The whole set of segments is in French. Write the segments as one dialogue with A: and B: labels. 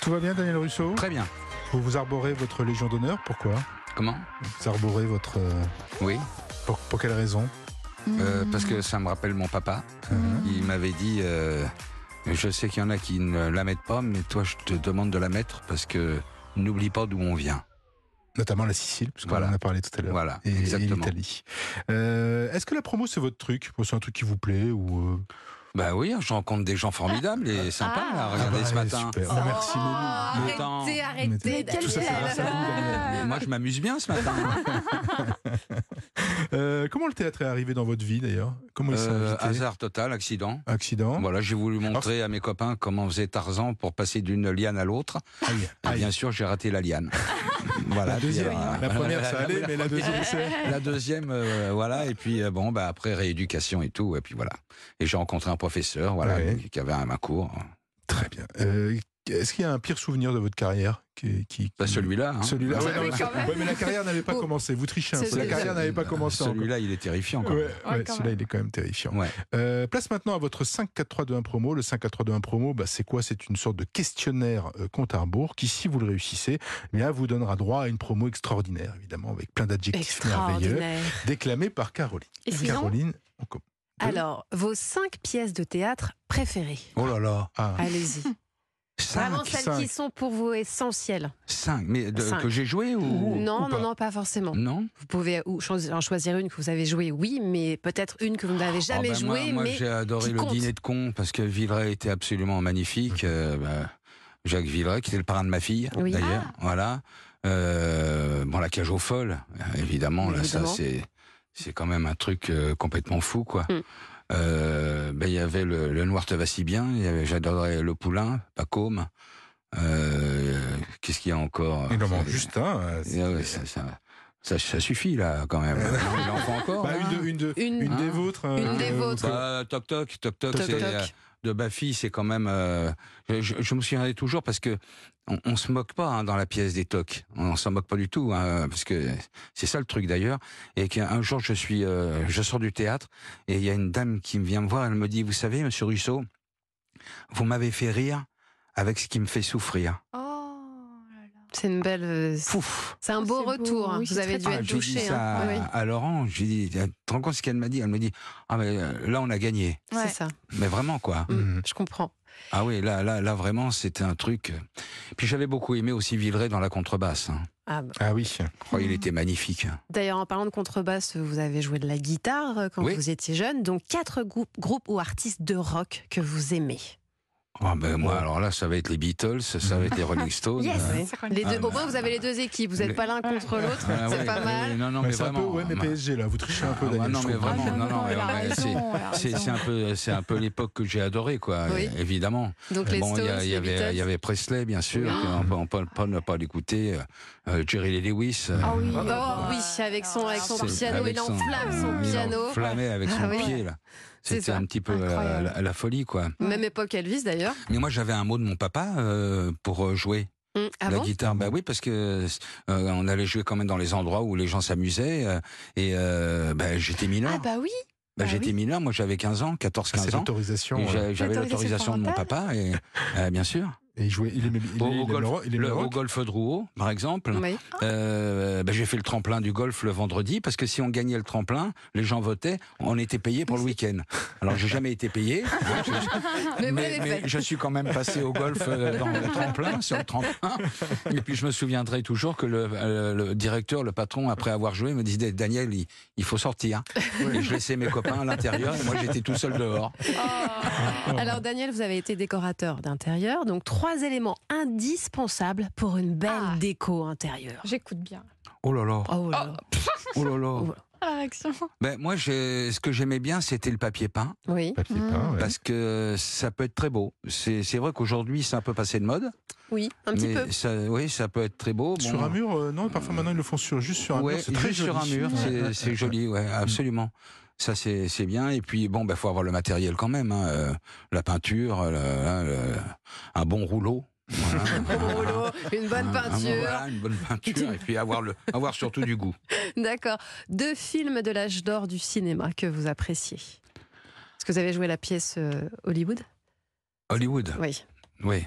A: Tout va bien, Daniel Russo
B: Très bien.
A: Vous vous arborez votre Légion d'honneur, pourquoi
B: Comment
A: Vous arborez votre... euh,
B: Oui.
A: Pour, pour quelle raison
B: Euh, parce que ça me rappelle mon papa.
A: Ah.
B: Il m'avait dit, euh, je sais qu'il y en a qui ne la mettent pas, mais toi je te demande de la mettre parce que n'oublie pas d'où on vient.
A: Notamment la Sicile, puisqu'on
B: Voilà.
A: en a parlé tout à l'heure.
B: Voilà,
A: Et, et
B: exactement.
A: l'Italie. Euh, Est-ce que la promo, c'est votre truc C'est un truc qui vous plaît ou euh,
B: Bah oui, je rencontre des gens formidables et sympas.
C: Ah.
B: là. Regardez
A: ah bah,
B: ce matin.
A: super. Bah, Merci,
D: Ah,
A: Momo.
B: Momo.
C: Arrêtez,
B: Attends.
C: arrêtez.
D: Mais
A: Tout ça, c'est grâce à vous, Daniel.
B: Moi, je m'amuse bien ce matin. hein.
A: Euh, comment le théâtre est arrivé dans votre vie, d'ailleurs Comment il s'est
B: Euh,
A: invité
B: hasard total, accident.
A: Accident
B: Voilà, j'ai voulu
A: Ah.
B: montrer à mes copains comment faisait Tarzan pour passer d'une liane à l'autre.
A: Aïe,
B: Et
A: aïe.
B: Eh bien sûr, j'ai raté la liane. voilà.
A: La
B: puis,
A: deuxième.
B: euh,
A: La première, ça
B: la-
A: allait, mais la deuxième, c'est...
B: La deuxième, euh, voilà, et puis euh, bon, bah, après rééducation et tout, et puis voilà. Et j'ai rencontré un professeur, voilà,
A: Ouais.
B: qui avait un, un cours,
A: Très bien. Euh, Est-ce qu'il y a un pire souvenir de votre carrière qui, qui-
B: pas
A: qui-
B: celui-là. hein.
A: Mm. Celui-là.
C: Ah
A: Ouais,
C: oui,
A: non, mais,
C: quand
A: ça-
C: même.
A: ouais, mais la carrière n'avait pas
C: Oh.
A: commencé. Vous trichez un peu. La
C: Celui-là.
A: carrière n'avait pas commencé. encore.
B: Celui-là, il est terrifiant. Quand
A: Ouais,
B: même.
A: ouais,
C: quand
A: celui-là,
C: même.
A: il est quand même terrifiant.
B: Ouais.
A: Euh, place maintenant à votre 5-4-3-2-1 promo. Le 5-4-3-2-1 promo, bah, c'est quoi C'est une sorte de questionnaire euh, compte à rebours qui, si vous le réussissez, eh bien, vous donnera droit à une promo extraordinaire, évidemment, avec plein d'adjectifs merveilleux,
C: Extraordinaire.
A: déclamés par Caroline.
C: Et sinon,
A: Caroline, on commence.
C: alors, vos cinq pièces de théâtre préférées.
B: Oh là là,
A: Ah,
C: Allez-y. Vraiment celles
A: cinq.
C: qui sont pour vous essentielles.
B: 5, mais de-
C: Cinq.
B: que j'ai joué ou
C: non,
A: ou
C: non,
A: pas.
C: non, pas forcément.
B: non
C: Vous pouvez ou cho- en choisir une que vous avez jouée, oui, mais peut-être une que vous n'avez
B: Ah
C: jamais
B: ben, moi-
C: jouée,
B: Moi,
C: mais
B: j'ai adoré
C: qui
B: le
C: compte. Mm-hmm.
B: dîner de con parce que Villeray était absolument magnifique. Euh, bah, Jacques Villeray, qui était le parrain de ma fille,
C: Oui. Ah.
B: d'ailleurs. Voilà. Euh, bon, la cage aux folles, euh, évidemment, là, ça,
C: Évidemment.
B: c'est, c'est quand même un truc euh, complètement fou, quoi.
C: Mm.
B: Euh, ben, il y avait le, le Noir te va si bien, il y avait- j'adorais le Poulain, Pacôme. Euh, qu'est-ce qu'il y a encore
A: Il en manque juste un. euh, c'est-
B: Ah ouais, ça, ça- ça- ça suffit, là, quand même. Il en faut encore. hein.
A: Bah, une,
B: là.
A: de- une, de-
C: Une- Ah.
A: une des
B: Hein
A: vôtres. euh,
C: Une des vôtres.
B: Bah, toc toc, toc toc,
C: Toc,
B: c'est,
C: toc.
B: euh, de Baffy, c'est quand même. euh, je, je- je me souviendrai toujours parce que on, on se moque pas hein, dans la pièce des tocs. On, s'en moque pas du tout, hein, parce que c'est ça le truc d'ailleurs. Et qu'un jour je suis, euh, je sors du théâtre et il y a une dame qui me vient me voir. Elle me dit, vous savez, Monsieur Russo, vous m'avez fait rire avec ce qui me fait souffrir.
D: Oh,
C: c'est une belle. euh,
B: Pouf.
C: C'est un beau
D: C'est beau,
C: retour. hein.
D: oui,
C: vous
D: c'est très
C: avez dû
D: beau.
C: être
B: j'ai dit
C: touché.
B: ça
C: hein. Oui,
B: à, à Laurent. J'ai dit, tu te rends compte ce qu'elle m'a dit Elle me dit, ah mais euh, là on a gagné.
C: C'est
D: Ouais.
C: ça.
B: Mais vraiment quoi.
C: Mm,
A: Mhm.
C: Je comprends.
B: Ah oui, là, là, là vraiment, c'était un truc. euh. Puis j'avais beaucoup aimé aussi Villeray dans la contrebasse. hein.
C: Ah, bah.
A: Ah oui.
B: Oh, il était magnifique. hein.
C: D'ailleurs, en parlant de contrebasse, vous avez joué de la guitare euh, quand
B: Oui.
C: vous étiez jeune. Donc, quatre groupes, groupes ou artistes de rock que vous aimez.
B: Ah ben moi, alors là, ça va être les Beatles, ça va être les Rolling Stones.
C: Yes.
B: Euh,
C: Oui. Les
B: Ah,
C: deux, au
B: bah.
C: moins, vous avez les deux équipes. Vous n'êtes
B: Les-
C: pas l'un contre l'autre.
B: ah
C: c'est
B: ouais,
C: pas
B: oui,
C: mal.
B: oui, Non, non,
A: Bah,
B: mais
A: c'est un peu
B: vraiment.
A: ouais, mais
B: bah,
A: PSG, là. Vous trichez un peu,
B: Ah, ouais,
A: Daniel.
B: non,
A: je
B: mais
A: trouve.
B: vraiment, non, non, mais- mais c'est- C'est c'est un peu, c'est un peu l'époque que j'ai adoré, quoi.
C: Oui.
B: Évidemment.
C: Donc, les
B: bon, il y,
C: Stones,
B: a- il y
C: les
B: avait, il y
C: Beatles. Oh.
B: avait Presley, bien sûr. qu'on peut- On peut pas ne pas l'écouter. Euh, Jerry Lee Lewis. euh,
D: Ah oui.
C: Oh oui, avec son, avec Oh, son
B: c'est-
C: piano,
B: avec
C: il enflamme son
B: il
C: piano.
B: enflammait avec son
C: Ah oui.
B: pied là.
C: C'est
B: C'était
C: ça.
B: un petit peu euh,
D: Incroyable.
B: la- la folie, quoi.
C: Même époque Elvis d'ailleurs.
B: Mais moi, j'avais un mot de mon papa euh, pour euh, jouer
C: Mm, Ah
B: la
C: bon
B: guitare. Bah oui, parce que euh, on allait jouer quand même dans les endroits où les gens s'amusaient. euh, et euh, bah, j'étais mineur.
C: Ah bah oui.
B: Bah,
C: bah
B: j'étais
C: oui.
B: mineur. Moi, j'avais 15
A: Ah,
B: ans,
A: C'est
B: 14-15 ans.
A: l'autorisation.
B: Et
A: ouais.
B: j'a- J'avais l'autorisation
D: L'autorisation
B: de mon papa, et euh, bien sûr.
A: Et il jouait, il aimait, il,
B: Au-
A: il
B: au
A: aime
B: golf-
A: le rock, il aime
B: le-
A: le
B: au
A: rock.
B: golf de Rouault, par exemple,
C: Oui.
B: euh, bah, j'ai fait le tremplin du golf le vendredi parce que si on gagnait le tremplin, les gens votaient, on était payé pour le week-end. Alors j'ai jamais été payé, hein,
C: Mais vous
B: mais,
C: l'avez
B: mais
C: fait.
B: je suis quand même passé au golf euh, dans le tremplin, sur le tremplin. Et puis je me souviendrai toujours que le, euh, le directeur, le patron, après avoir joué, me disait Daniel, il, il faut sortir. Et je laissais mes copains à l'intérieur et moi j'étais tout seul dehors.
D: Oh.
C: Alors Daniel, vous avez été décorateur d'intérieur, donc trois éléments indispensables pour une belle
D: Ah.
C: déco intérieure.
D: J'écoute bien.
B: Oh là là,
C: Oh là là.
B: oh là là.
D: La réaction.
B: Ben, moi, j'ai- ce que j'aimais bien, c'était le papier peint.
C: Oui,
A: Papier peint, ouais.
B: Parce que ça peut être très beau. C'est c'est vrai qu'aujourd'hui, c'est un peu passé de mode.
C: oui, un petit
B: mais
C: peu.
B: Ça, oui, ça peut être très beau.
A: Sur
B: Bon,
A: un mur, euh, non, parfois maintenant ils le font sur, juste sur un
B: ouais,
A: mur. C'est très
B: juste sur un
A: joli.
B: mur, c'est-
A: Ouais.
B: c'est joli, ouais, absolument. Ça, c'est c'est bien. Et puis, bon, il faut avoir le matériel quand même. hein, euh, La peinture, le- hein, le- un bon rouleau. Voilà.
C: Un rouleau, une bonne
B: Un- Ah. un-
C: peinture.
B: voilà, une bonne peinture. Et puis, avoir, le, avoir surtout du goût.
C: D'accord. Deux films de l'âge d'or du cinéma que vous appréciez. Est-ce
B: Euh.
C: que vous avez joué la pièce euh, Hollywood
B: Hollywood,
C: Oui.
B: oui.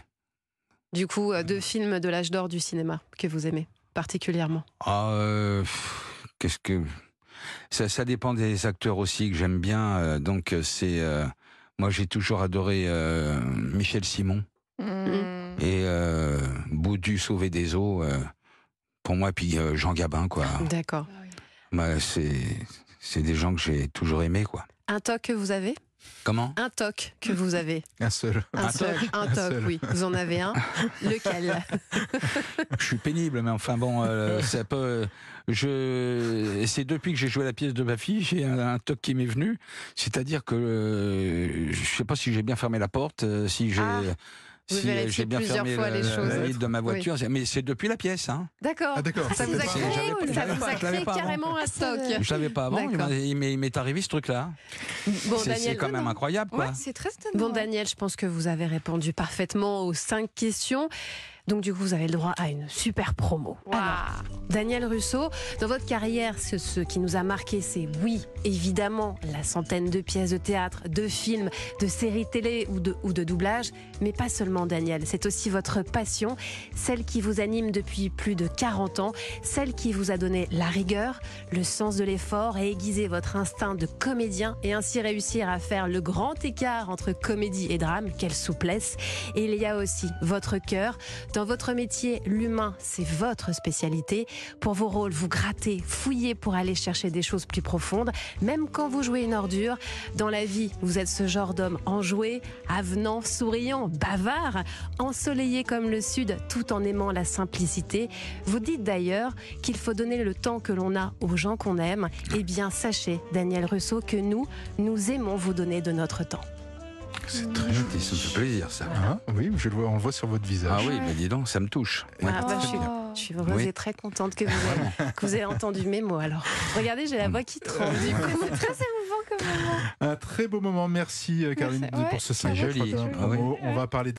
C: du coup, euh, de films de l'âge d'or du cinéma que vous aimez particulièrement
B: Ah, euh, pff, qu'est-ce que ça, ça dépend des acteurs aussi que j'aime bien. euh, donc euh, c'est euh, moi j'ai toujours adoré euh, Michel Simon
D: Mm.
B: et euh, Boudu Sauvé des eaux. euh, pour moi, puis euh, Jean Gabin quoi.
C: Ah D'accord.
B: Bah, c'est c'est des gens que j'ai toujours aimé quoi.
C: Un toc que vous avez
B: Comment
C: Un toc que vous avez
A: Un seul.
C: Un,
B: Un
C: seul Un
A: Un
C: toc,
A: seul.
C: oui. Vous en avez un Lequel
B: Je suis pénible, mais enfin bon, euh, ça peut. euh, Je c'est depuis que j'ai joué la pièce de ma fille, j'ai un, un toc qui m'est venu. C'est-à-dire que euh, je sais pas si j'ai bien fermé la porte, euh, si j'ai
C: Ah, vous
B: si euh,
C: vérifiez
B: j'ai bien
C: plusieurs
B: fermé
C: fois
B: la,
C: les
B: la
C: choses.
B: vitre de ma voiture. c'est- Mais c'est depuis la pièce, hein.
C: D'accord.
A: Ah d'accord.
C: Ça vous a
B: C'est-
C: créé,
B: j'avais pas-
C: ça
B: j'avais
C: vous
B: pas-
C: a
B: je l'avais
C: créé
B: pas avant.
C: carrément un toc.
B: Je l'avais pas avant. il m'a-
C: D'accord.
B: Il m'est il m'est arrivé ce truc-là.
C: Bon,
B: C'est- c'est
C: Daniel,
B: quand même incroyable, quoi.
D: Ouais, c'est très étonnant.
C: Bon, Daniel, je pense que vous avez répondu parfaitement aux cinq questions. Donc, du coup, vous avez le droit à une super promo.
D: Waouh.
C: Alors, Daniel Russo, dans votre carrière, ce, ce qui nous a marqué, c'est oui, évidemment, la centaine de pièces de théâtre, de films, de séries télé ou de, ou de doublage, mais pas seulement Daniel, c'est aussi votre passion, celle qui vous anime depuis plus de 40 ans, celle qui vous a donné la rigueur, le sens de l'effort et aiguisé votre instinct de comédien et ainsi réussir à faire le grand écart entre comédie et drame, quelle souplesse. Et il y a aussi votre cœur. Dans votre métier, l'humain, c'est votre spécialité. Pour vos rôles, vous grattez, fouillez pour aller chercher des choses plus profondes, même quand vous jouez une ordure. Dans la vie, vous êtes ce genre d'homme enjoué, avenant, souriant, bavard, ensoleillé comme le sud, tout en aimant la simplicité. Vous dites d'ailleurs qu'il faut donner le temps que l'on a aux gens qu'on aime. Eh bien, sachez, Daniel Russo, que nous, nous aimons vous donner de notre temps.
A: C'est très
B: Ça me fait plaisir, ça.
A: Hein oui, je le vois, on le voit sur votre
B: Ah
A: visage.
B: oui, mais dis donc, ça me touche. Ouais.
C: Ah, bah, je suis-
D: Oh.
C: Je suis heureuse
B: Oui.
C: et très contente que vous, ayez, que vous ayez entendu mes mots. Alors, regardez, j'ai la voix qui tremble. du coup.
D: C'est très émouvant comme moment.
A: Un très beau moment. Merci, euh, Caroline,
D: Merci. Ouais,
A: pour ce
D: c'est
A: cinq
B: joli.
A: fois d'un
B: Ah oui.
A: promo. On va parler